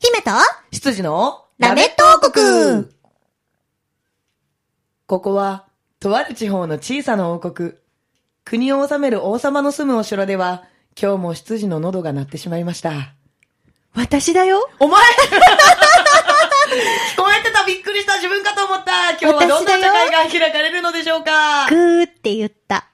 姫と羊のラメット王国ここは、とある地方の小さな王国。国を治める王様の住むお城では、今日も羊の喉が鳴ってしまいました。私だよお前 聞こえてたびっくりした自分かと思った今日はどんな私だよ戦いが開かれるのでしょうかグーって言った。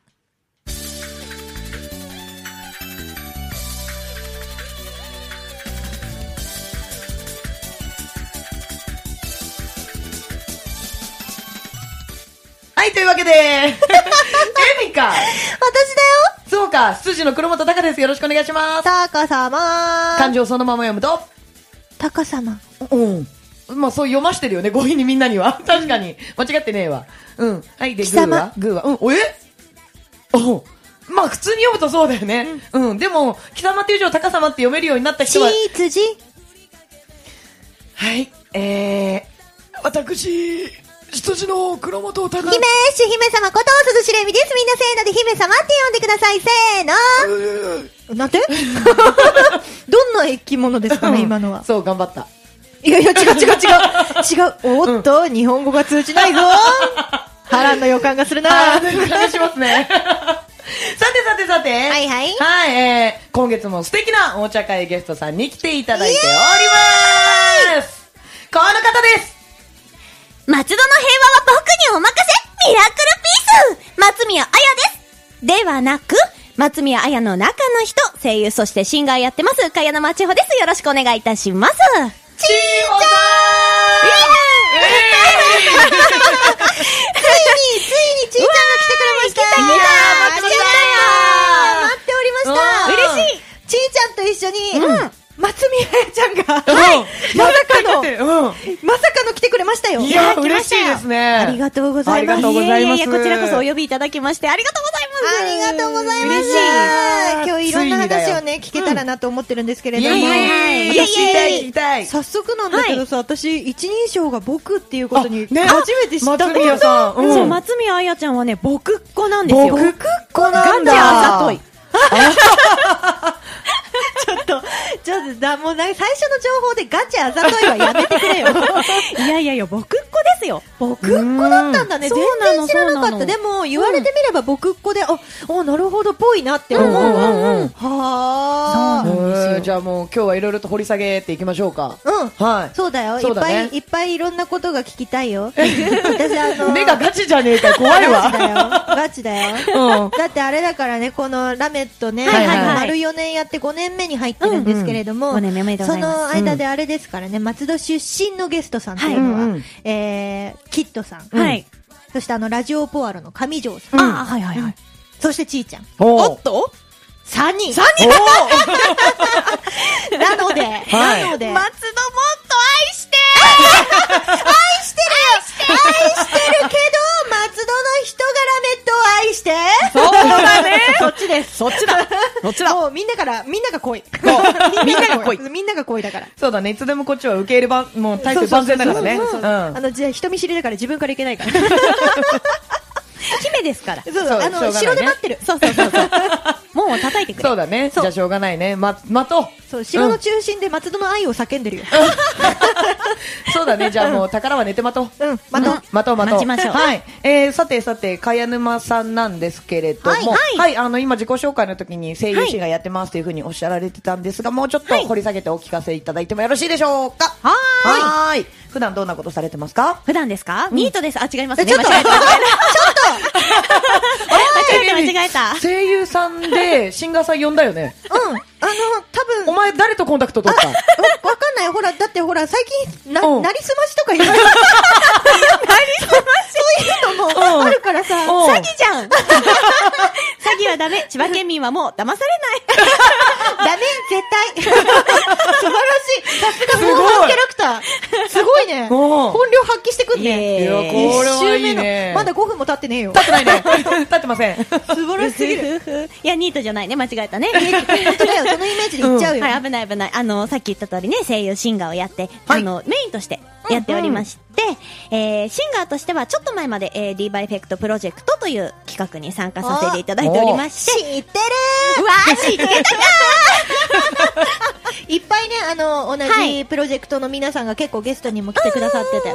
はい、というわけで、 エミカ私そうか、羊の黒本隆です。よろしくお願いします。だよタカ様漢字をそのまま読むと、タカ様。うん。まあそう読ましてるよね、強引にみんなには。 確かに。間違ってねえわ。うん。はい、で、グ貴ー様はグーは。うん、おえおまあ普通に読むとそうだよね。うん。でも、貴様っていう字を高様って読めるようになったチ人は、ーズジはい、えー、私、羊の黒本隆姫主姫様こと鈴しれみです。みんなせーので姫様って呼んでください。せーの なんてどんな生き物ですかね、今のは。そう、頑張った。いやいや、違 う違う違う。違う。おっと、日本語が通じ ないぞ。波乱の予感がするな。あー、なんか話します ね。さてさてさて。はいはいはい、えー、今月も素敵なお茶会ゲストさんに来ていただいておりますこの方です松戸の平和は僕にお任せミラクルピース松宮彩ですではなく、松宮彩の中の人、声優そしてシンガーやってます、茅野真千穂です。よろしくお願いいたします。ちーほさんついに、ついにちーちゃんが来てくれましーた。いやー待ってましたよ待っておりました。うん嬉しい。ちーちゃんと一緒に、松宮彩ちゃんが、うんまさかの、 のまさかの来てくれましたよ。いやーー、嬉しいですね。ありがとうございます。ありがとうございますややこちらこそお呼びいただきまして、ありがとうございます。ありがとうございま嬉しいした。今日いろんなついにだ話よをね、聞けたらなと思ってるんですけれども。イエイイエイイエイ私聞きたい聞きたい早速なんだけどさ、私、一人称が僕っていうことにあね初めて知った松宮さんうんそう、松宮彩ちゃんはね、僕っ子なんですよ。僕っ子ガなんチャあざだとい。。ちょっとだ、もうな最初の情報でガチャあざといはやめて くれよ。いやいやいや、僕っ子ですよ。僕僕っ子だったんだね。うん全然知らなそうなかのった。でも、言われてみれば僕っ子で、あ、お、なるほど、ぽいなって思う。うんうんうんうんはそうなんですようんじゃあもう今日はいろいろと掘り下げていきましょうか。あ。うん。はい。そうだよ。いそうっだぱねいいっぱいいろんなことが聞きたいよ。私、あの、目がガチじゃねえか、怖いガチわ。だよ。ガチだよ。うん。だってあれだからね、このラメットね、はいはいはい丸4年やって5年目に入ってるんですけれども、うんうん五年目おめでとうそございますの間であれですからね、松戸出身のゲストさんっていうのは、はいうんうんえー、キッドさん、はい。そしてあの、ラジオポアロの上条さん、あ、はいはいはい。そしてちーちゃん。おーと3人おーなので、はいなので、松戸もっと愛して愛してるけど、松戸の人がそうラメットを愛して、だねそっちで す。そっちだそっちもうみんなから、みんなが恋。みんなが来い。 みんなが恋だから。 そうだね、いつでもこっちは受け入れば、もう体制万全だからね。そううそうそうそうあん。の、じゃあ人見知りだから自分からいけな いから。姫ですから。そうそう、そうあしょうがの、ないね城で待ってる。そうそうそうそう。門を叩いてくれ。そうだね。じそゃうあしょうがないね。ま、待とう。そう、城うのん中心で松戸の愛を叫んでる よ。そうだね。じゃあもう宝は寝て待とう。うん、松戸。待とう待とう。待ちましょうはい。えー、さてさて、かやぬまさんなんですけれども、はいはいあの、今自己紹介の時に声優師がやってますというふうにおっしゃられてたんですが、もうちょっと掘り下げてお聞かせいただいてもよろしいでしょうかはーいはーい。普段どんなことされてますか普段ですかニートです。あ、違いますね。ちょっと間違え た。 間違えた、間違えた。声優さんでシンガーさん呼んだよね。うん、あの、多お分、わ前誰とコンタクト取 ったわかんない。ほら、だってほら、最近、な、うんなりすましとか言 われて。なりすましそういうのもあるからさ。うん詐欺じゃん 詐欺はダメ。千葉県民はもう騙され ない。ダメ、 絶対。素晴らしい。さすが、モンハンキャラクター。すご いね。うん本領発揮してくんね。いや一これはいいね周目の。まだ5分も経ってねえよ。立ってないね。 立って ません。素晴らしすぎる。いや、ニートじゃないね。間違え たね。本当だよ、そのイメージでいっちゃうよ。はい、危ない危ない。あの、さっき言った通りね、声優シンガーをやって、はいあの、メインとしてやっておりまして、して、えーシンガーとしてはちょっと前まで、えー、ディーバエフェクトプロジェクトという企画に参加させていただいておりまして、知ってるうわー、知ってたいっぱいね、あの、同はじプロジェクトの皆さんが結構ゲストにも来てくださってて。は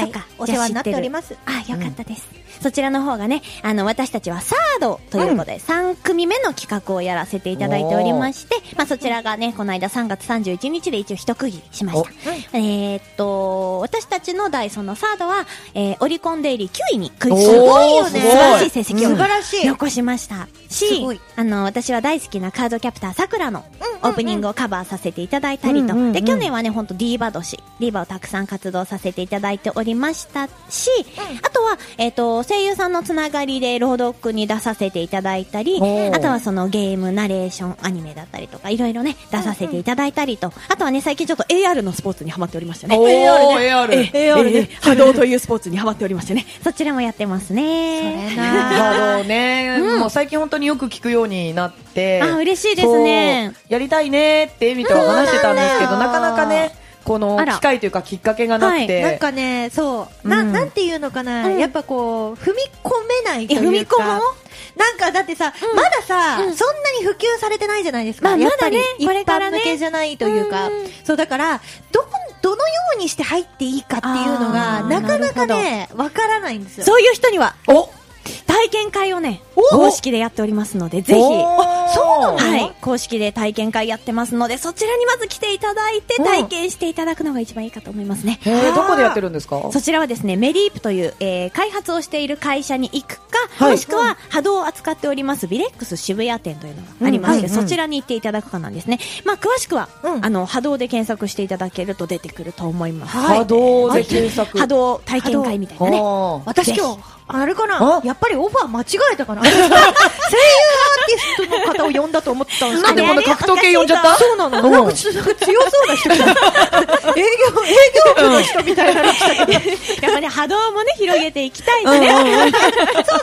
そっいか。お世話になっております。あ、よかったです。そちらの方がね、あの、私たちはサードということで、3組目の企画をやらせていただいておりまして、まあそちらがね、この間3月31日で一応一区切りしました。えーっと、私たちの代、そのサードは、えーオリコンデイリー9位に食いすごいよね素晴らしい成績を、素晴らしい残しました。すしごい、あの、私は大好きなカードキャプターさくらのうんうんオープニングをカバーさせていただいたりと。うんうんうんで、去年はね、ほんとディーバ年、ディーバをたくさん活動させていただいておりましたし、あとは、えっ、と、声優さんのつながりで朗読に出させていただいたり、おーあとはそのゲーム、ナレーション、アニメだったりとか、いろいろね、出させていただいたりと、あとはね、最近ちょっと AR のスポーツにハマっておりましたね。おー AR ええ AR ね、波動というスポーツにハマっておりましてね。 そちらもやってますね。それななるほどね、もう最近本当によく聞くようになってあ嬉しいですねそうやりたいねってエミとは話してたんですけどうんなかなかねこのあら機会というかきっかけがなくて、なんかね、そう、な、うんなんていうのかな、うんやっぱこう、踏み込めないというか。え踏み込もうなんかだってさ、まださ、そんなに普及されてないじゃないですか。まあやっぱりまだね一これから般ね向けじゃないというか。うんそう、だから、ど、どのようにして入っていいかっていうのあが、ーなかなかね、わからないんですよ。そういう人には、お体験会をね、お公式でやっておりますので、ぜひ、おはーそうなのい、公式で体験会やってますので、そちらにまず来ていただいて、うん体験していただくのが一番いいかと思いますね。へーどこでやってるんですかそちらはですね、メリープという、えー開発をしている会社に行くか、はいもしくは波動を扱っておりますビレックス渋谷店というのがありまして、うんうんうんそちらに行っていただくかなんですね。まあ、詳しくは、うんあの、波動で検索していただけると出てくると思います。波動で検索波動体験会みたいなね。おー私ぜひ今日、あれかあなやっぱりオファー間違えた かな声優アーティストの方を呼んだと思ってたんですなんけでど。この格闘系呼んじゃったそうなの。なんかちょっとなんか強そうな人 みたいな。営業、営業部の人みたいなの来たけ ど。やっぱり波動もね、広げていきたいので、そうだね、最近力入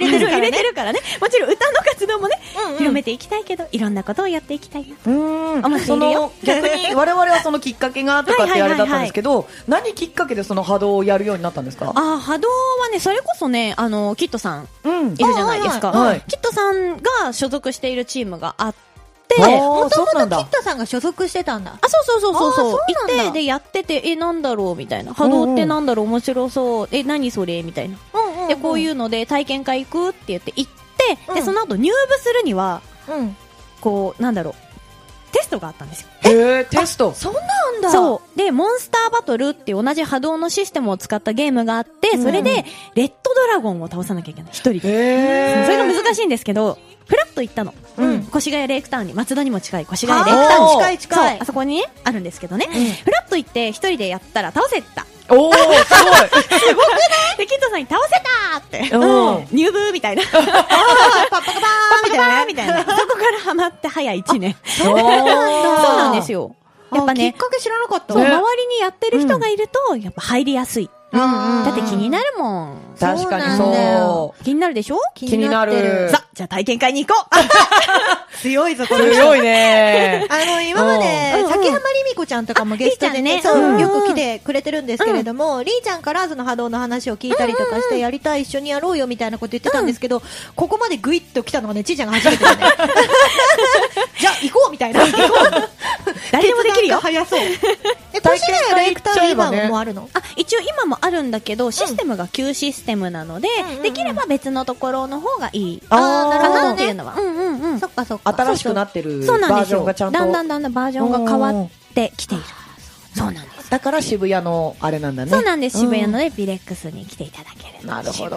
れてるから入れねて。るからね。もちろん歌の活動もね、うん広めていきたいけど、いろんなことをやっていきたいなと。う思んっているよその 逆に我々はそのきっかけがとかってあれだったんですけど何きっかけでその波動をやるようになったんですかあー波動はね、それこそね、あの、キットさんうんいるじゃないですか。あはいはいキットさんが所属しているチームがあって、はいあ、あもーとそうもなとんキだットさんが所属してたんだ。そうそうそうそうそうあーそうなんだいて、で、やってて、え、なんだろうみたいな。波動ってなんだろう面白そう。え、何それみたいな。うん。で、こういううので、体験会行くって言って行って、で、うんその後入部するには、うん。こう、なんだろう。テストがあったんですよ。へーテストそんなんだ。そう。で、モンスターバトルっていう同じ波動のシステムを使ったゲームがあって、それで、レッドドラゴンを倒さなきゃいけない。一人へで。ーそれが難しいんですけど、ふらっと行ったの。うん越谷レイクタウンに、松戸にも近い越谷あレイクあタウン。ーー近い近そうい。あそこにね、あるんですけどね。ふらっと行って、一人でやったら倒せた。おおすで、キッドさんに倒せたーって。うんうん入部みたいな。パッパカバーンみみたたいな、。みたいいなねな。そこからハマって早1年。ご いそうそうななんですよ。あやっぱねきっ、かけ知らなかったそう、わ。ね周りにやってる人がいると、やっぱ入りやすい。うんうんだって気になるもん。確かにそうなんだよそ気になるでしょ気になるってさ、じゃあ体験会に行こう強いぞ、こうの人強いねあの、今までうん、崎浜りみこちゃんとかもゲストでありね、ーちゃんねそうう、んよく来てくれてるんですけれども、りーちゃんからその波動の話を聞いたりとかして、やりたい、一緒にやろうよみたいなこと言ってたんですけど、ここまでぐいっと来たのがね、ちーちゃんが初めてでね。じゃあ、行こうみたいな。行こう誰でもできるよ決断が早そう。え、越谷レイクタウン今もあるのあ、一応今もあるんだけど、システムが旧システムなので、うんうんできれば別のところの方がいい。あーかなねっていうのは。うんうんうん。そっかそっか。新しくなってるそうなんバーですジョンよ。がちゃだんんとだんだんだんバージョンが変わってきている。そうなんです。だから渋谷のあれなんだねそうなんです。渋谷のねでビレックスに来ていただけると。なるほど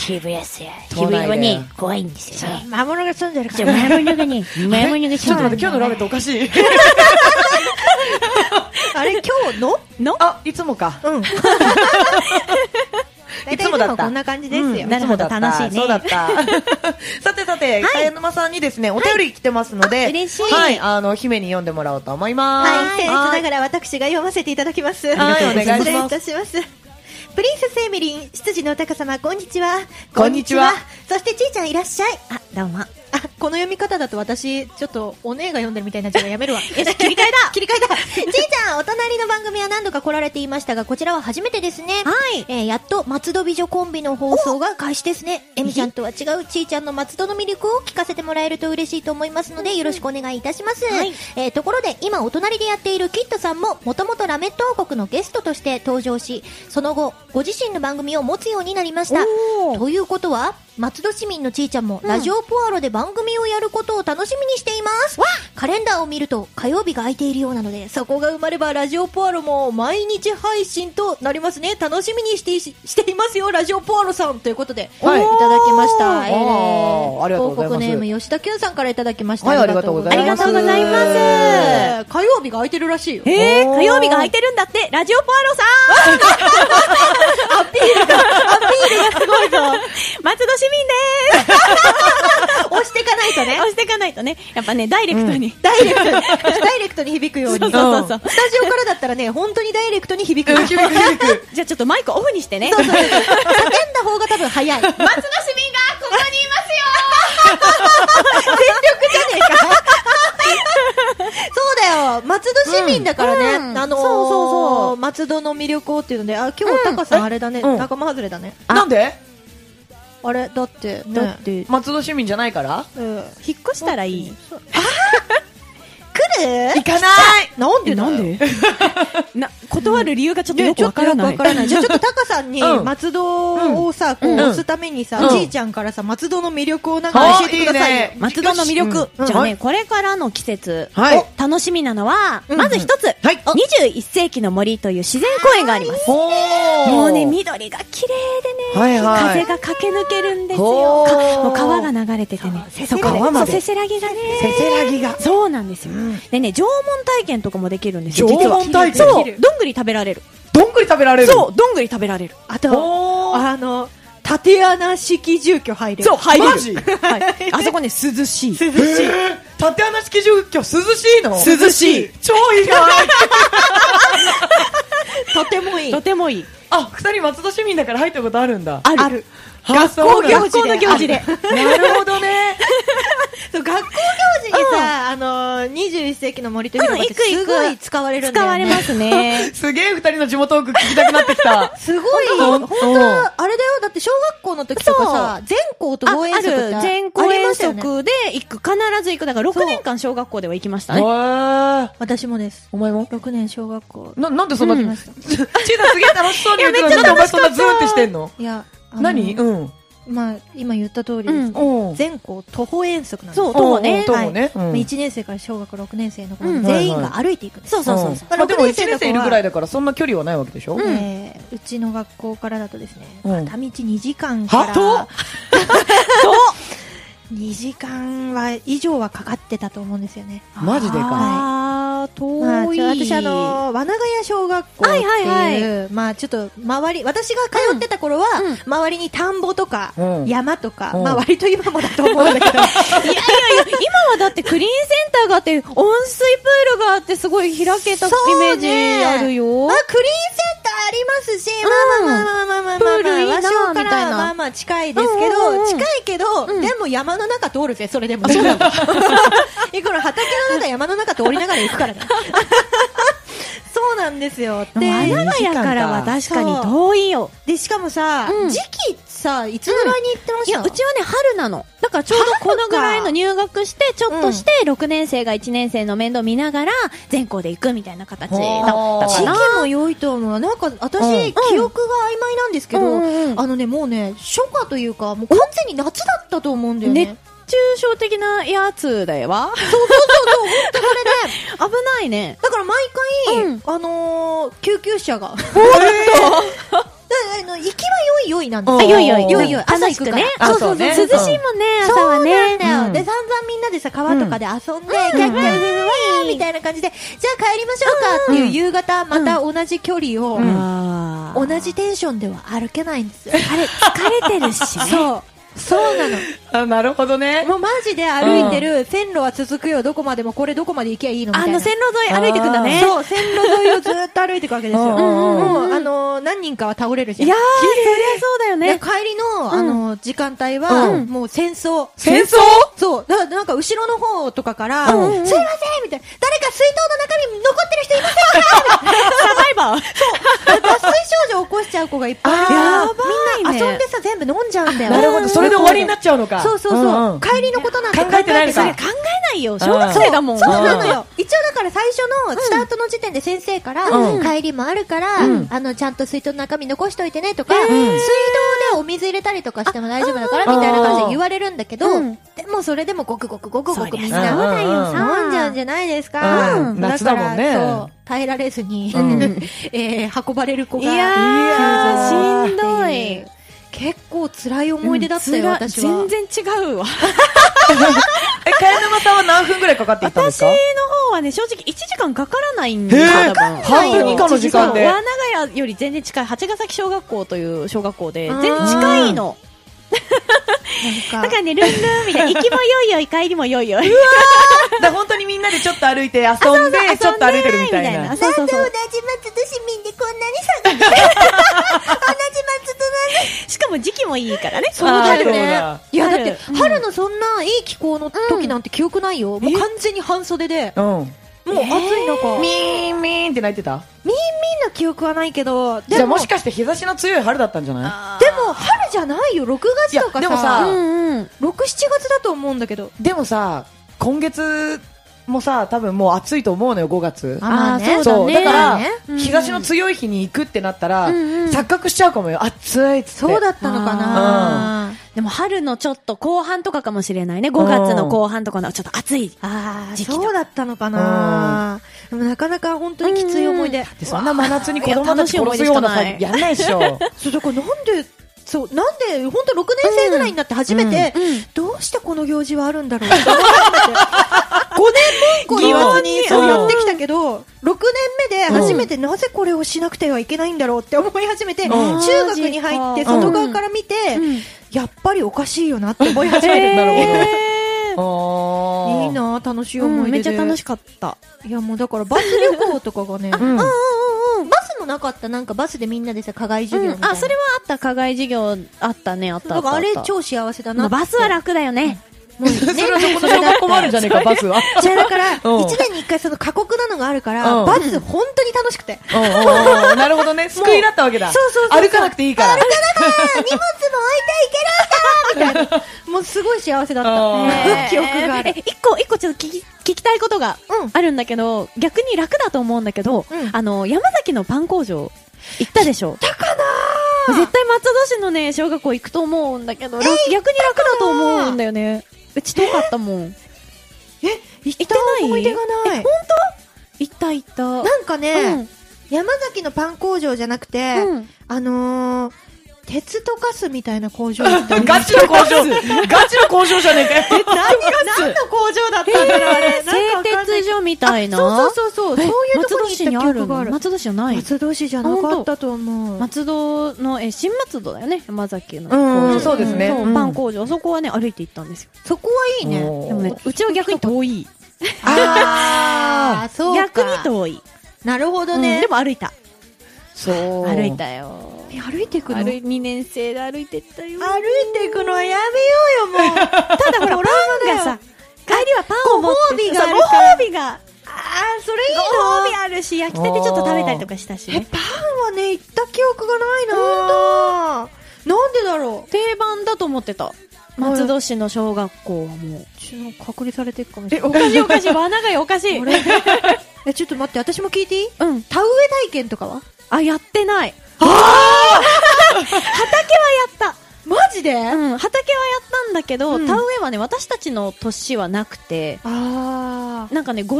渋谷っすよ。都渋内谷ではね、怖いんですよね。魔物が住んでるちかょ、ら。前物がね、前物 がちょっと待って今日のラベッットおかしいあれ、今日 のの あいつもかうん。いつもだったこんな感じですよ。うんなるほどいつもだった楽しいねそうだったさてさて、茅沼さんにですねお便り来てますので、あ嬉しいはいあの姫に読んでもらおうと思いますはい、僭越はないがら私が読ませていただきます。はいお願いします失礼いたします。プリンセスエミリン、執事のお高様、こんにちは。こんにちはこんにちはそして、ちーちゃんいらっしゃい。あ、どうも。あ、この読み方だと私、ちょっとお姉が読んでるみたいになっちゃうからやめるわ。よし切り替 えだ 切り替えだじいちゃん、お隣の番組は何度か来られていましたが、こちらは初めてですね。はいえーやっと松戸美女コンビの放送が開始ですね。えみちゃんとは違うちいちゃんの松戸の魅力を聞かせてもらえると嬉しいと思いますので、よろしくお願いいたします。はいえーところで、今お隣でやっているキッドさんも、もともとラメット王国のゲストとして登場し、その後、ご自身の番組を持つようになりました。ということは、松戸市民のちいちゃんも、ラジオポアロで番組をやることを楽しみにしています。カレンダーを見ると、火曜日が空いているようなので、そこが埋まれば、ラジオポアロも毎日配信となりますね。楽しみにしていししていますよ、ラジオポアロさん。ということで、はいい、ただきました。おーありがとうございます広告ネーム、吉田きゅんさんからいただきました。はいありがとうございますありがとうございあます。火曜日が空いてるらしいよ。えー、おー火曜日が空いてるんだって、ラジオポアロさん松戸市民でーす押していかないとね。押していかないとね。やっぱね、ダイレクトに。ダイレクトに、 ダイレクトに響くように。そうそうそう。スタジオからだったらね、本当にダイレクトに響く。 響く、 じゃあちょっとマイクオフにしてね。そうそうそう。叫んだ方が多分早い。全力松戸市民がここにいますよじゃねえか。そうだよ。松戸市民だからね。うんあのーそうそうそう松戸の魅力をっていうので、あ、今日、タカさんあれだね。うん仲間外れだね。なんであれ、だって、ねだって、松戸市民じゃないからうん引っ越したらいい。来るかないなんでなんで な、断る理由がちょっとよねくちょわっとかよらくなわい。からない。じゃあちょっとタカさんにうん松戸をさ、こううん押すためにさう、んちいちゃんからさ、松戸の魅力をなんあかー教えてくださいよいいね 松戸の魅力、うんじゃあね、はいこれからの季節、はいお楽しみなのは、うんまず一つ、はい21世紀の森という自然公園があります。ほーもうね、緑が綺麗でね、はいはい風が駆け抜けるんですほよ。ーかもう川が流れててね、せそうらぎ川までそうせせらぎがね。せせらぎがそうなんですよ。でね、縄文体験とかもできるんですよ。縄文実は体験そうで、どんぐり食べられる。どんぐり食べられるそう、どんぐり食べられる。あと、ほーあの、縦穴式住居入れる。そう、入れる。マジはい。あそこね、涼しい。えー縦穴式住居涼しいの涼しい超意外とてもいいと。てもいい。あ、二人松戸市民だから入ったことあるんだ。ある。ある。あそうなんだ学校の行事で。なるほどね。そう学校行事にさ、あのー、21世紀の森というのがうん行く行くすごい使われるんだ使わよね。。れます ね。すげえ二人の地元トーク聞きたくなってきたすごい、ほん本と当あれだよ、だって小学校の時とかさ、全校とあ応援則ってああるり全ま校遠したよね。足で行く、必ず行く。だから6年間小学 校では行きましたね。わー。私もです。お前も6年小学校。な、なんでそんな、うちんーたすげえ楽しそうに言ってたいやめっのにちゃなんでお前楽しそかんったなズーンってしてんのいや、あのー何うん。まあ、今言った通りでうすんね。うん。全校徒歩遠足なんですそう、おうとおもうね。ともね。うん1年生から小学6年生の子まうでん全員が歩いていくんです、はいはいそうそうそうまあまあでも6年1生年の子生いるはぐらいだからそんな距離はないわけでしょうんえーうちの学校からだとですね、うん片道2時間かはら と2時間は以上はかかってたと思うんですよね。マジでか。あー、まあ、遠ちい。ょ私あのー、罠ヶ谷小学校っていう、はいはいまあちょっと周り、私が通ってた頃は、うんうん周りに田んぼとか、うん山とか、うんまあ割と今もだと思うんだけど、いやいやいや、今はだってクリーンセンターがあって、温水プールがあって、すごい開けたイメージあるよ。まあ、クリーンセンターありますし、うんまあまあまあまあまあまあまあ、プールいいな和尚かみたいらなまあまあ近いですけど、うんうんうん近いけど、んでも山の中通るぜ、それでも、ね。そうなんだ。 いくら畑の中、山の中通りながら行 くからね。そうなんですよ。で、で、長屋からは確かにそう遠いよ。で、しかもさ、うん時期さ、いつぐらいに行っていました、や、うちはね、春なの。だからちょうどこのぐらいの入学して、ちょっとして、6年生が1年生の面倒見ながら、全校で行くみたいな形だった時か期な。も良いと思う。なんか、私、うん記憶が曖昧なんですけど、うんうんうんあのね、もうね、初夏というか、もう完全に夏だったと思うんだよね。熱中症的なやつだよわ。 そうそうそうそう、本当それで、危ないね。だから毎回、うんあのー、救急車が。おっとあの行きは良い良いなんですあよ。良い良い良い良い。朝楽行しくくからね。。あそうそそううそう。涼ねしいもんね、朝そはうなんだね。よ。うんで、散々みんなでさ、川とかで遊んで、キャッキャッキャッキャッみたいな感じで、じゃあ帰りましょうかっていう夕方、また同じ距離を、あ同じテンションでは歩けないんですよ。疲れ、疲れてるしね。そう。そうなの。あ、なるほどね。もうマジで歩いてる、線路は続くよ、どこまでも、これどこまで行きゃいいのみあたいな。の線路沿い歩いてくんだね。そう、線路沿いをずーっと歩いていくわけですよ。うんうんうんもう、あのー、何人かは倒れるじゃん。いやー、そりゃそうだよでね。帰りの、あのー、時間帯は、うんもう戦争。戦争そう、そう、だからなんか後ろの方とかから、すいませんみたいな、誰か水筒の中に残ってる人いませんかサバイバー脱水症状起こしちゃう子がいっぱいいあるーからやばいねみんな遊んでさ全部飲んじゃうんだよなるほどそれで終わりになっちゃうのかそうそうそ う、うんうん帰りのことなんて考えてないのそかれ考えないよ。小学生だもん。そううんなのよ一応だから最初のスタートの時点で先生から、うん帰りもあるから、うんあのちゃんと水筒の中身残しといてねとか、うん水道でお水入れたりとかしても大丈夫だからあみたいな感じうんで言われるんだけど、うんでもそれでもごくごくごくごそりくゃみんなそうだよさ飲んじゃうんじゃないですか、うん夏だもんねからそう耐えられずに、うん えー運ばれる子いがやー、いやーしんどい。結構辛い思い出だったよ、辛い私は全然違うわ。え、カエルマさんは何分ぐらいかかっていったんです私かの方はね、正直1時間かからないんへでえすよ。多分半分以下の時間でそう和長屋より全然近い、八ヶ崎小学校という小学校で、あー全然近いの。だなんかからね、ルンルンみたい な、行きもよいよい、帰りもよいよい。だから本当にみんなでちょっと歩いて遊んで、ちょっと歩いてるみたいな。そうそうそう。松戸市民でこんなに差が同じ松戸なのしかも時期もいいからね。そうだよあねーいやだって春春のそんないい気候の時なんて記憶ないよ、もう完全に半袖でうん。もう暑い中、ミみんーンミーンって泣いてたな記憶はないけどじでゃあももしかして日差しの強い春だったんじゃないでも春じゃないよ6月とかさいやでもさうんうん。 67月だと思うんだけどでもさ、今月もさ、多分もう暑いと思うのよ、5月。あーねそう、だから、うん日差しの強い日に行くってなったら、うんうん錯覚しちゃうかもよ、暑いっつって。そうだったのかなでも春のちょっと後半とかかもしれないね。5月の後半とかのちょっと暑い。ああ時期とそうだったのかな、でもなかなか本当にきつい思い出、でそんな真夏に子うわ供ーたち殺すようなさ、いや楽しい思い出しかないやんないでしょ。そうだからなんでそうなんで本当6年生ぐらいになって初めて、どうしてこの行事はあるんだろうって思い始めて5年文句を言わずに疑問にそううんやってきたけど6年目で初めてなぜこれをしなくてはいけないんだろうって思い始めて、ん中学に入って外側から見て、うんやっぱりおかしいよなって思い始めて、なるほどえーいい いなあ楽しいうん思いめ出っちで、ゃ楽しかった。いやもうだからバス旅行とかがね、うん。バスもなかったなんかバスでみんなでさ課外授業みたいな、あ、それはあった。課外授業あったね、あった。だからあれょ超幸せだなまあってバスは楽だよね。もうねそれはどこの小学校もあるじゃねえか、バスは。じゃあだ から、うん1年に1回その過酷なのがあるから、うんバス本当に楽しくて。うんうんうんなるほどね。救いだったわけだ。そうそうそうそう歩かなくていいから。もうすごい幸せだった。うんうん 記憶がある。え、一個、一個ちょっと聞き、聞きたいことがうんあるんだけど、逆に楽だと思うんだけどうん、あの、山崎のパン工場、行ったでしょ行ったかな絶対松戸市のね、小学校行くと思うんだけど、ら逆に楽だと思うんだよね。うち遠かったもん。え、行った思い出がなえい。行った行った。なんかうねん、山崎のパン工場じゃなくて、うんあのー、鉄とガスみたいな工場だった ガチの工場。ガチの工場じゃねえかよ。何何の工場だったんだろう、あれ。なんかわか製んない鉄所みたいな。そうそうそうそう。そえういうとこに松戸行った記市に憶があのる。松戸市じゃない松戸市じゃなかったと思う。松戸のえ新松戸だよね山崎のうん工場そうですねそううんパン工場そこはね歩いて行ったんですよそこはいいね。でもねおーうちは逆に遠いああ、そうか。逆に遠いなるほどうね。んでも歩いたそう。歩い。たよえ歩いていくの歩歩いい2年生で歩いてったよていくのはやめ ようよ、もう。ただほらパンがだよさ帰りはパンを持ってご褒美があそうるからご褒美がああ、それいいご褒美な。あるし焼きたてちょっと食べたりとかしたしえ、ねパンはね、行った記憶がないな。なんでだろう。定番だと思ってた松戸市の小学校はもうちょっと隔離されていくかもしえ、れない。おおかかししい おかしいい罠がいおかしい俺 え、ちょっと待って、私も聞いていいうん田植え体験とかはあやってないマジであうん、畑はやったんだけど、うん田植えはね、私たちの年はなくて、あー。なんかね、5、6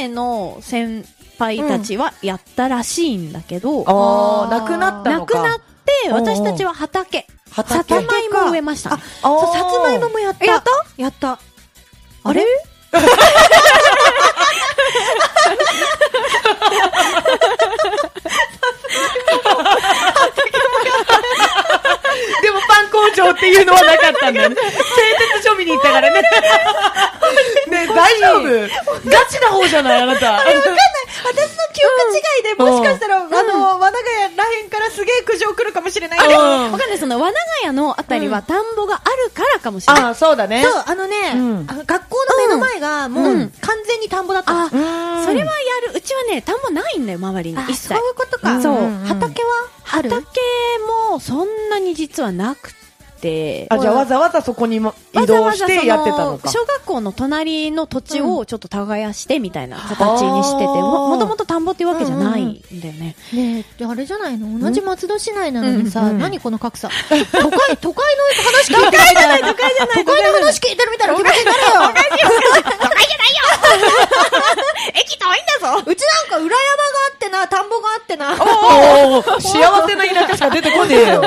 年前の先輩たちはやったらしいんだけど、あー、なくなったなのくか。なって、私たちは畑、さ畑つまいも植えましたね。あーそう、さつまいももやった。えやったやった。あれでもパン工場っていうのはなかったんだよね。製鉄所見に行ったからね。ね大丈夫ガチな方じゃないあなた。私の記憶違いで、もしかしたら、あの、我が家らへんからすげえ苦情来るかもしれないあけれどわかんない、その、和長屋のあたりは田んぼがあるからかもしれない。ああ、そうだね。そうあのね、うんあの学校の目の前がもううん完全に田んぼだったの、あ、うんそれはやる。うちはね、田んぼないんだよ、周りに。一切そうい。うことか、そう畑はある畑もそんなに実はなくて。あ、じゃあわざわざそこにも移わざ動わざしそのてやってたのか。小学校の隣の土地をちょっと耕してみたいな形にしてて、ももともと田んぼってわけじゃないんだよね。ねえあれじゃないの同じ松戸市内なのにさ、うん何この格差都会都会の話聞いてるみたいな都会じゃない都会の話聞いてるみたいな気持ちになるよ駅遠いんだぞうちなんか裏山があってな田んぼがあってなおー幸せな田舎しか出てこねえよ。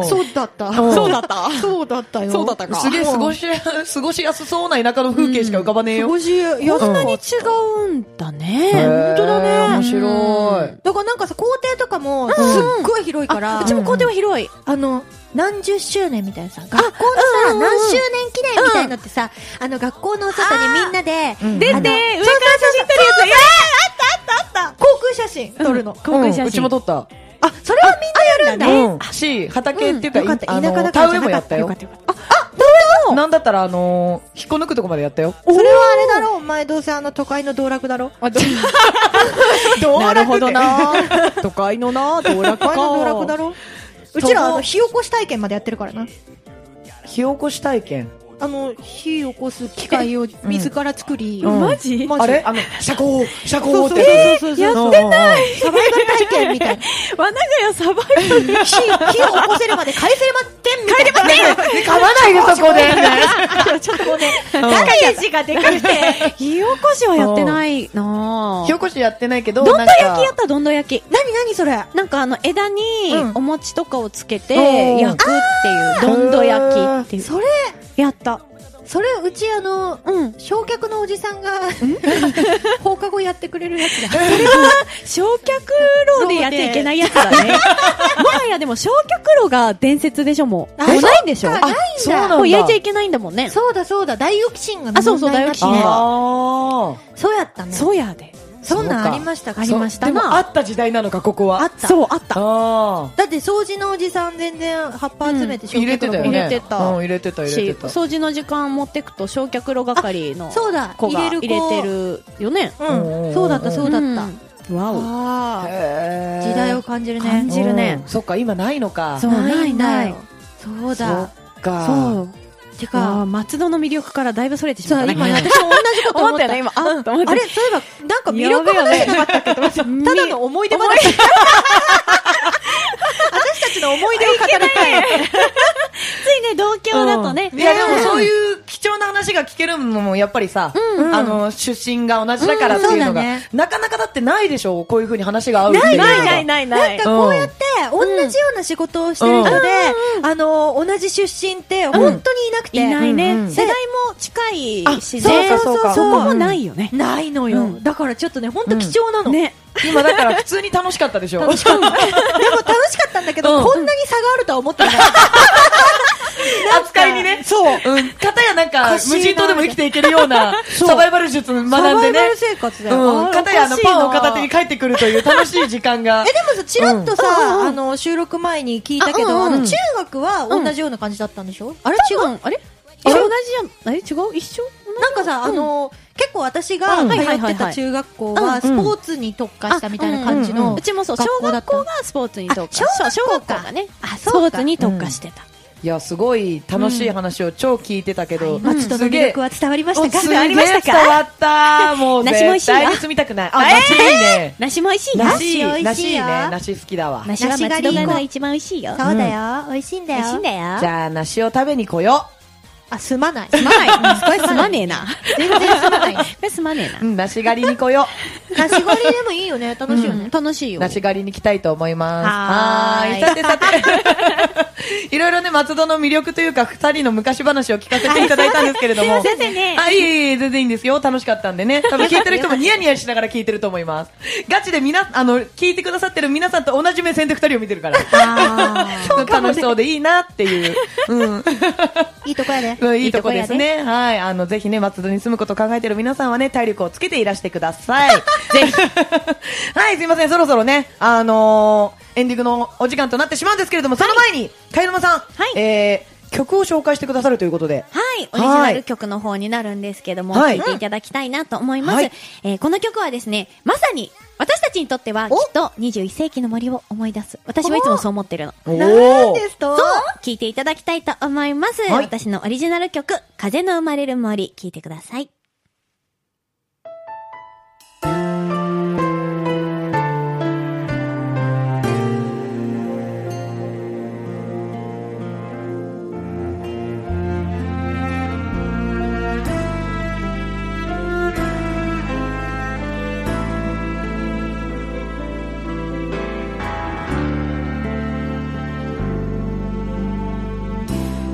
うんそうだったんそうだったそうだったよすげえ過ごしや、過ごしやすそうな田舎の風景しか浮かばねえよ。少しやこんなにに違うんだね。本当だね面白い。だからなんかさ校庭とかもすっごい広いから、あうちも校庭は広い。あの、何十周年みたいなさ、学校のさ、何周年記念みたいなってさ、あの、学校の外にみんなで、ん出うて、上からん写真撮るやつ、あったあったあった航空写真撮るの。航空写真うんうちも撮った。あ、それはみんなやるんだ。うん。し、畑っていうか、うんよかったあ田舎のだから田植えもやったよよかっ。たよかった。なんだったら、あのー、引っこ抜くとこまでやったよ。それはあれだろお前どうせあの都会の道楽だろ道楽なるほどな。都会のな、道楽都会の道楽だか。ろうちら、あの、火起こし体験までやってるからな。火起こし体験。あの、火起こす機械を自ら作り、うんマ ジマジあれあの、車高、車高っそうそうて。そうそうそやうってない。サバイバル体験みたいな。わながやサバ イバル。 火、火を起こせるまで返せまってんみたいな。噛まないで、そこで。ちょっともうね、んダメージがでかくて。火起こしはやってないなぁ火起こしやってないけど、どんどな焼んかきやった、どんど焼き。なになにそれあなんかあの枝にうんお餅とかをつけおてー焼くっていう、どんど焼きっていう。それ、やった。それ、うちあの、うん。焼却のおじさんが、 放課後やってくれるやつだ。焼却炉でやっちゃいけないやつだね。もはやでも焼却炉が伝説でしょ、もう。あもうないんでしょ そっかないんだそうなんだもう焼いちゃいけないんだもんね。そうだそうだ、ダイオキシンがあそうそう問題になってダイオキシンがあそうやったね。そそうやで。んなんありましたかありましたな。あった時代なのか、ここは。あった。そう、あった。あだって掃除のおじさん全然葉っぱ集めてー入れてたよね。入れてたうん、入れてた、入し、れてた。掃除の時間持ってくと焼却炉係のそうだ、子入がれ入るれ子。てるよね。うん。そうだった、そうだった。た。わお。ああ、時時代を感じるね。感じるねそっか、今ないのか。そうないんだよな。そうそだ。っか。そう。てあーか、松戸の魅力からだいぶそれてしまったね。そう今私も同じこと思ったよね、今。あっと思っあたれ、そういえば、なんか魅力話じゃなかったったけただだのの思い出話。 私たちの思い出を語りたい。 ついね、同郷だとね。いやでもそういう貴重な話が聞けるのもやっぱりさ、あの出身が同じだからっていううのんそうだが、ねなかなかだってないでしょこういう風に話が合うってないいうのがないないないななんいか。こうやって、同じような仕事をしてる人で、あの、同じ出身って、本当にいなくて。いないうんうね。ん世代も近いしね。あそうかそうかそこもないよね。ないのうよ。んだからちょっとね、本当貴重なの。でもね。今だから普通に楽しかったでしょ楽しかったんだけうど、んこんなに差があるとは思ってない。 扱いにね。そう。うん。方やなんおかかしいな無人島でも生きていけるようなサバイバル術学んサバでイねバル。生活だよ。うん。あー方やあおのかしいなパンを片手に帰ってくるという楽しい時間が え、。でもさ、ちらっとさ、うんうんうんあの、収録前に聞いたけど、ああうんうんの、中学は同じような感じだったんでしょ、あれ違多う分、あれ同じじゃん。え、違う一緒なんかさ、あの、結構私がうん通はいっはていはたい中学校は、スポーツに特化したみたいな感じうんうんうんのうちもそう、小学校だ学った校がスポーツに特化。あ小学校かそう小学校がね。あスそうかポーツに特化してた。いや、すごい楽しい話を超聞いてたけど。松戸のすげ魅え力は伝わりましおたかすげえ伝わった。もう梨も美味し絶いよ対に住みたくない。あ、梨いいね。梨も美味しいよ。梨、梨美味しいよ梨いいね。梨好きだわ。梨は松戸が一番美味しいよ。そうだよ、美味しいんだ美よ。味しいんだよ。じゃあ、梨を食べに来よあ、すまない。すま ない。これすまねえな。全然すまない。 これすまねえう。うん、梨狩りに来よなし狩りでもいいよね、楽しいよな。ね。楽しいよ。う。梨狩りに来たいと思います。はーいはーさてさて。い ろいろね、松戸の魅力というか、二人の昔話を聞かせていただいたんですけれど も。せんねあ、いえいえ、全然いいんですよ。楽しかったんで ね。多分聞いてる人もニヤニヤしながら聞いてると思います。ガチで皆、あの、聞いてくださってる皆さんと同じ目線で二人を見てるから。楽しそうでいいなっていう。うん。いいとこやで。うんいいとこですね。はい。あの、ぜひね、松戸に住むことを考えている皆さんはね、体力をつ けていらしてください。ぜひ。はい、すいません。そろそろね、あのーエンディングのお時間となってしまうんですけれども、その前に、かやのまさん、はいえー曲を紹介してくださるということで、はい、オリはいジナル曲の方になるんですけども、聴、はいい、ていただきたいなと思います、はいえーこの曲はですね、まさに私たちにとってはきっと21世紀の森を思い出す。私はいつもそう思ってるの。おなんーですとそう聴いていただきたいと思います。はい私のオリジナル曲、風の生まれる森、聴いてください。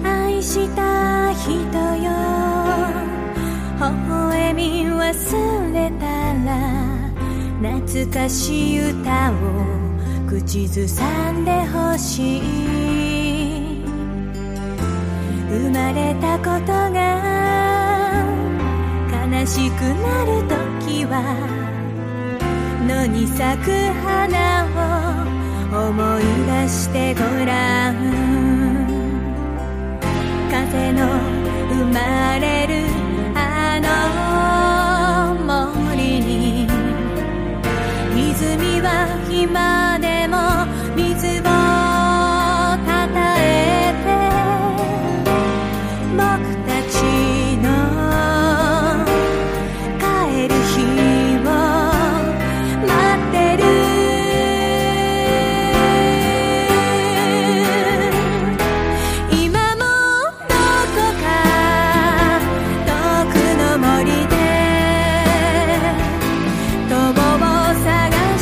愛した人よ微笑み忘れたら懐かしい歌を口ずさんでほしい生まれたことが悲しくなるときは野に咲く花を思い出してごらん風の生まれるあの森に泉は今でも水をたたえて僕たちの帰る日を待ってる今もどこか遠くの森で友を探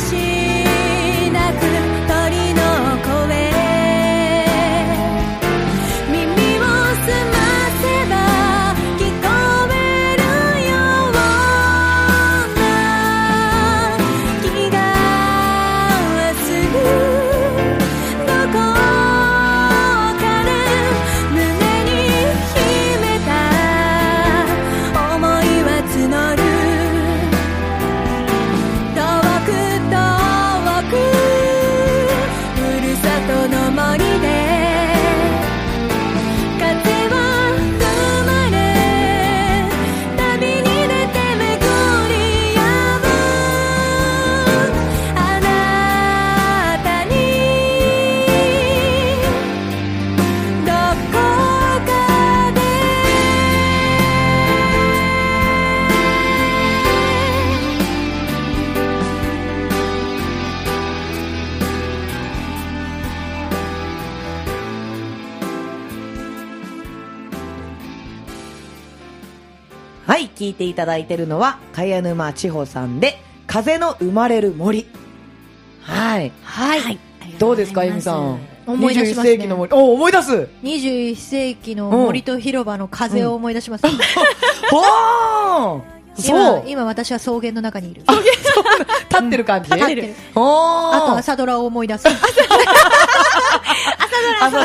しなく鳥の声耳を澄ませば聞こえるような気がするどこかで胸に秘めた想いは募る遠く遠くふるさとの森で風は生まれ旅に出てめぐり合うあなたにどこかではい、聞いていただいてるのは、かやぬま千穂さんで、風の生まれる森。はい。はい、どうですか、あゆみさん。思い出しま21すね世紀の森。お、思い出 す21世紀の森と広場の風を思い出します、ほーそ今う今私は草原の中にいる立ってる感じ立ってるほーあと朝ドラを思い出す朝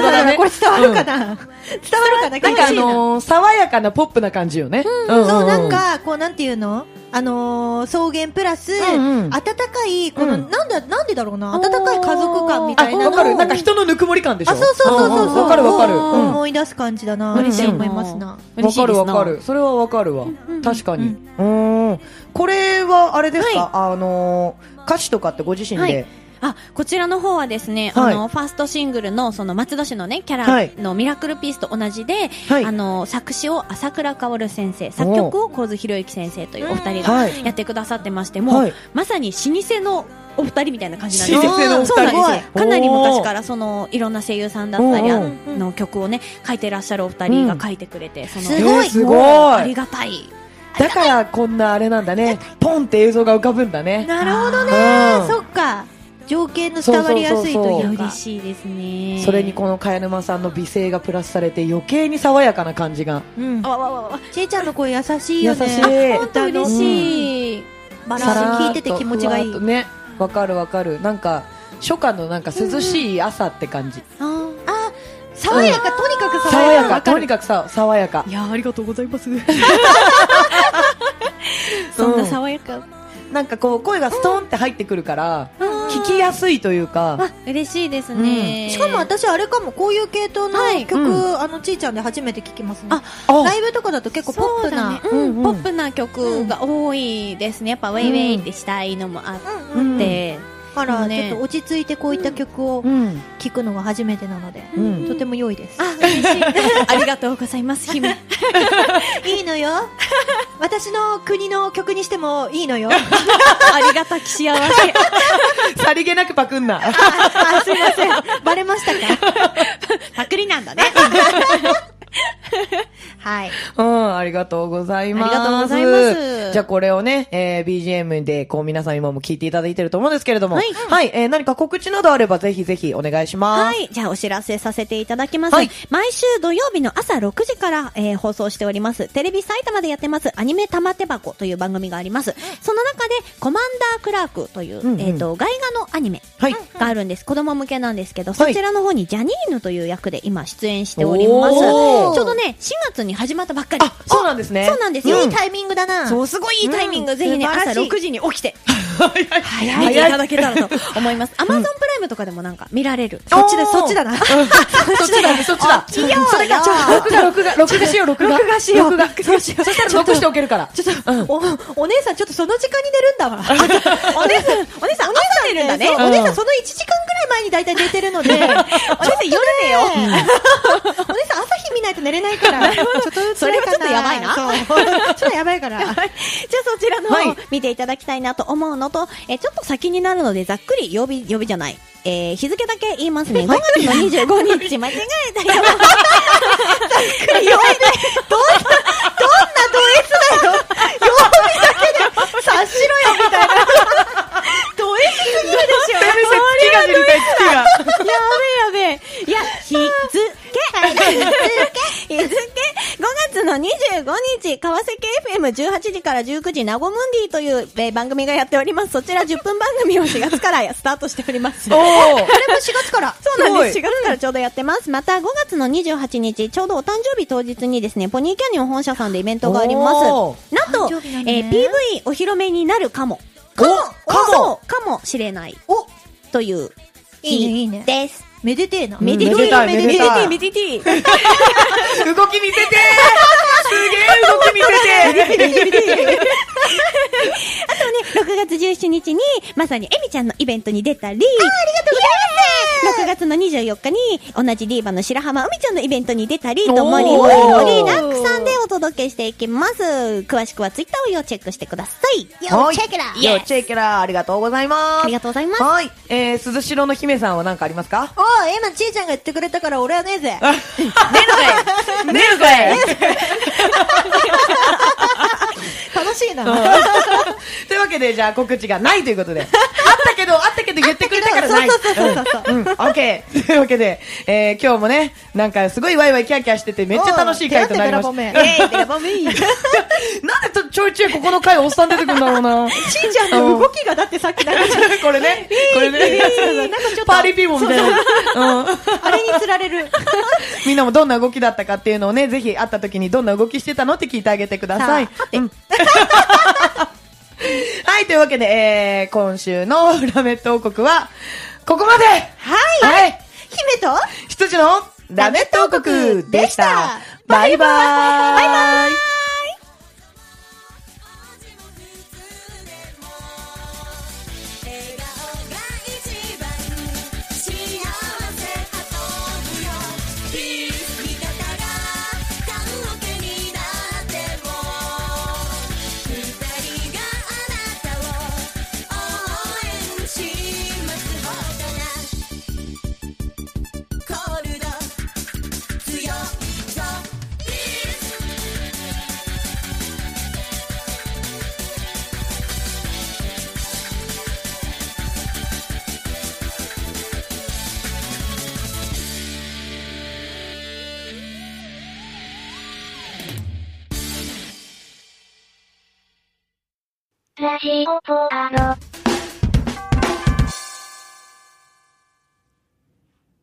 ドラねこれ伝わるかな、伝わるかななんかあ気持ちいいのー、爽やかなポップな感じよね。うんんそう、なん、か、こう、なんていうのあのー、草原プラス、うんうん暖かい、この、うんなんだ、なんでだろうな、暖かい家族感みたいなわのかるをなんか人のぬくもり感でしょあ、そうそうそうそうそう。わかるわかる。ううんん思い出す感じだな、うんうんって思いますな。わかるわかる。それはわかるわ。確かに。うん。これは、あれですかあのー、歌詞とかってご自身はでい。あ、こちらの方はですね、はいあの、ファーストシングルの、その、松戸市のね、キャはいラのミラクルピースと同じで、はいあの、作詞を朝倉薫先生、作曲を小津博之先生というお二人はがいやってくださってまして、もはうい、まさに老舗のお二人みたいな感じなんです老よ。舗のお二人そうなんですよおーかなり昔から、その、いろんな声優さんだったり、うあんの、曲をね、書いてらっしゃるお二人が書いてくれて、その、すごいえーすもうごありい。がたい。だからこんなあれなんだね。ポンって映像が浮かぶんだね。なるほどね、うんそっか。情景の伝わりやすいとそういそううか嬉。しいですね。それにこの茅沼さんの美声がプラスされて余計に爽やかな感じが。うんあ、。わわわわ。ちえちゃんの声優しいよね。優しいあ本当嬉しい。バさらラーっンスと聞いてて気持ちがいふいわーっ。とね、わかるわかる。なんか、初夏のなんか涼しい朝って感じ。あー爽やか、とにかく爽爽ややか、か。とにかくさ、爽やかい。やーありがとうござい ます。 そんな爽やか。なんかこう、声がストーンって入ってくるから、聞聞きやすいというか、あ、嬉しいですね。しかも私あれかもこういう系統のはい曲、うあのちーちゃんで初めて聞きますねああライブとかだと結構ポッそプうだな、ねうんうんポップな曲が多いですね。やっぱウェイウェイってしたいのもあっうんうん、うんて。からちょねっと落ち着いてこういった曲をうん、聞くのが初めてなので、うんとても良いです、あ、嬉 しい。ありがとうございます、姫。いいの よ私の国の曲にしてもいいのよありがたき幸せ。さりげなくパクんな。あすいませんバレましたか パクリなんだね。はいうん、ありがとうございます。ありがとうございますじゃあこれをね、えー BGM で、こう皆さん今も聞いていただいてると思うんですけれども、ははいい、えー何か告知などあればぜひぜひお願いします。はい。じゃあお知らせさせていただきます。はい毎週土曜日の朝6時から、えー放送しております。テレビ埼玉でやってますアニメ玉手箱という番組があります。その中でコマンダークラークという、うんうんえっ、と、外画のアニメはい。があるんです。子供向けなんですけど、はそいちらの方にジャニーヌという役で今出演しております。ちおーょうどね、4月に始まったばっかり。あ、そうなんですね。そうなんですよういいタイミングだなそう、すごいいいタイミング。うんぜひね、素晴ら朝しい6時に起きて、早見てい 早ただけたらと思います。アマゾンプライムとかでもなんか見られる。そっちだそっちだなそっちだ、そっちだ。いやそれがちょっと録画、録画、録画しよう、録画。録画しよう。録画。そうしよう。そしたら残しておけるから。ちょっと、お、お姉さん、ちょっとその時間に寝るんだわ。 お姉さん、お姉さん、朝寝るんだね。うんお姉さん、その1時間ぐらい前に大体寝てる ので、お姉さん、夜寝よ。お姉さん、朝日見ないと寝れな いから、ちょっと辛いかなそれはちょっとやばいなそうちょっとやば いから。じゃあそちらのは方い見ていただきたいなと思うのと、えーちょっと先になるのでざっくり曜日、曜日じゃない。えー日付だけ言いますね。5月の25日、間違 えたよ。察しろよ、み たいな。ド S すぎるでしょ。月が見たい、月が。やべやべ。いや、日付。日付。日付。5月の25日、川崎 FM18 時から19時、ナゴムンディというえー番組がやっております。そちら10分番組を4月からスタートしております。おー。これも4月から。そうなんです。す4月からちょうどやってます。また5月の28日、ちょうどお誕生日当日にですね、ポニーキャニオン本社さんでイベントがありますお。なんと、誕生日なのえーね PV お披露目になるかも。かもかかももかもしれない。お、といういいね、いい日ね。です。めでてえな。めでてえめでなめめででてたえいめでてえめでてえ動き見せてーすげえ動き見せてーあとね、6月17日に、まさにエミちゃんのイベントに出たり、あありがとうございます !6 月の24日に、同じディーバの白浜うみちゃんのイベントに出たり、おーともりもり盛りだくさんでお届けしていきます。詳しくはツイッターを要チェックしてください。はい。チェケラよ、チェケラありがとうございます。ありがとうございますはい。えー、鈴代の姫さんは何かあります かおい、今、ちーちゃんが言ってくれたから俺はねえぜ。ねるかい楽しいな。 というわけで、じゃあ告知がないということで。あったけど、あったけど言ってくれたからない。そうそうそうそうそううん。うん、オッケー。というわけで、えー、今日もね、なんかすごいワイワイキャーキャーしてて、めっちゃ楽しい回となりました。うん出会ってベラボメ えーベラボメ なんでとちょいちょいここの回おっさん出てくるんだろうな。ちーちゃんの動きがだってさ っきなんかちょっこれね、これねなんかちょっ、とパーリーピーボンみたいな。うん。とあれにつられ る。みんなもどんな動きだったかっていうのをね、ぜひ会った時にどんな動きしてたのって聞いてあげてください。うん はい、というわけで、えー、今週のラメット王国は、ここまではい、姫と羊のラメット王国でしたバイバーイバイバーイラジオポアロ。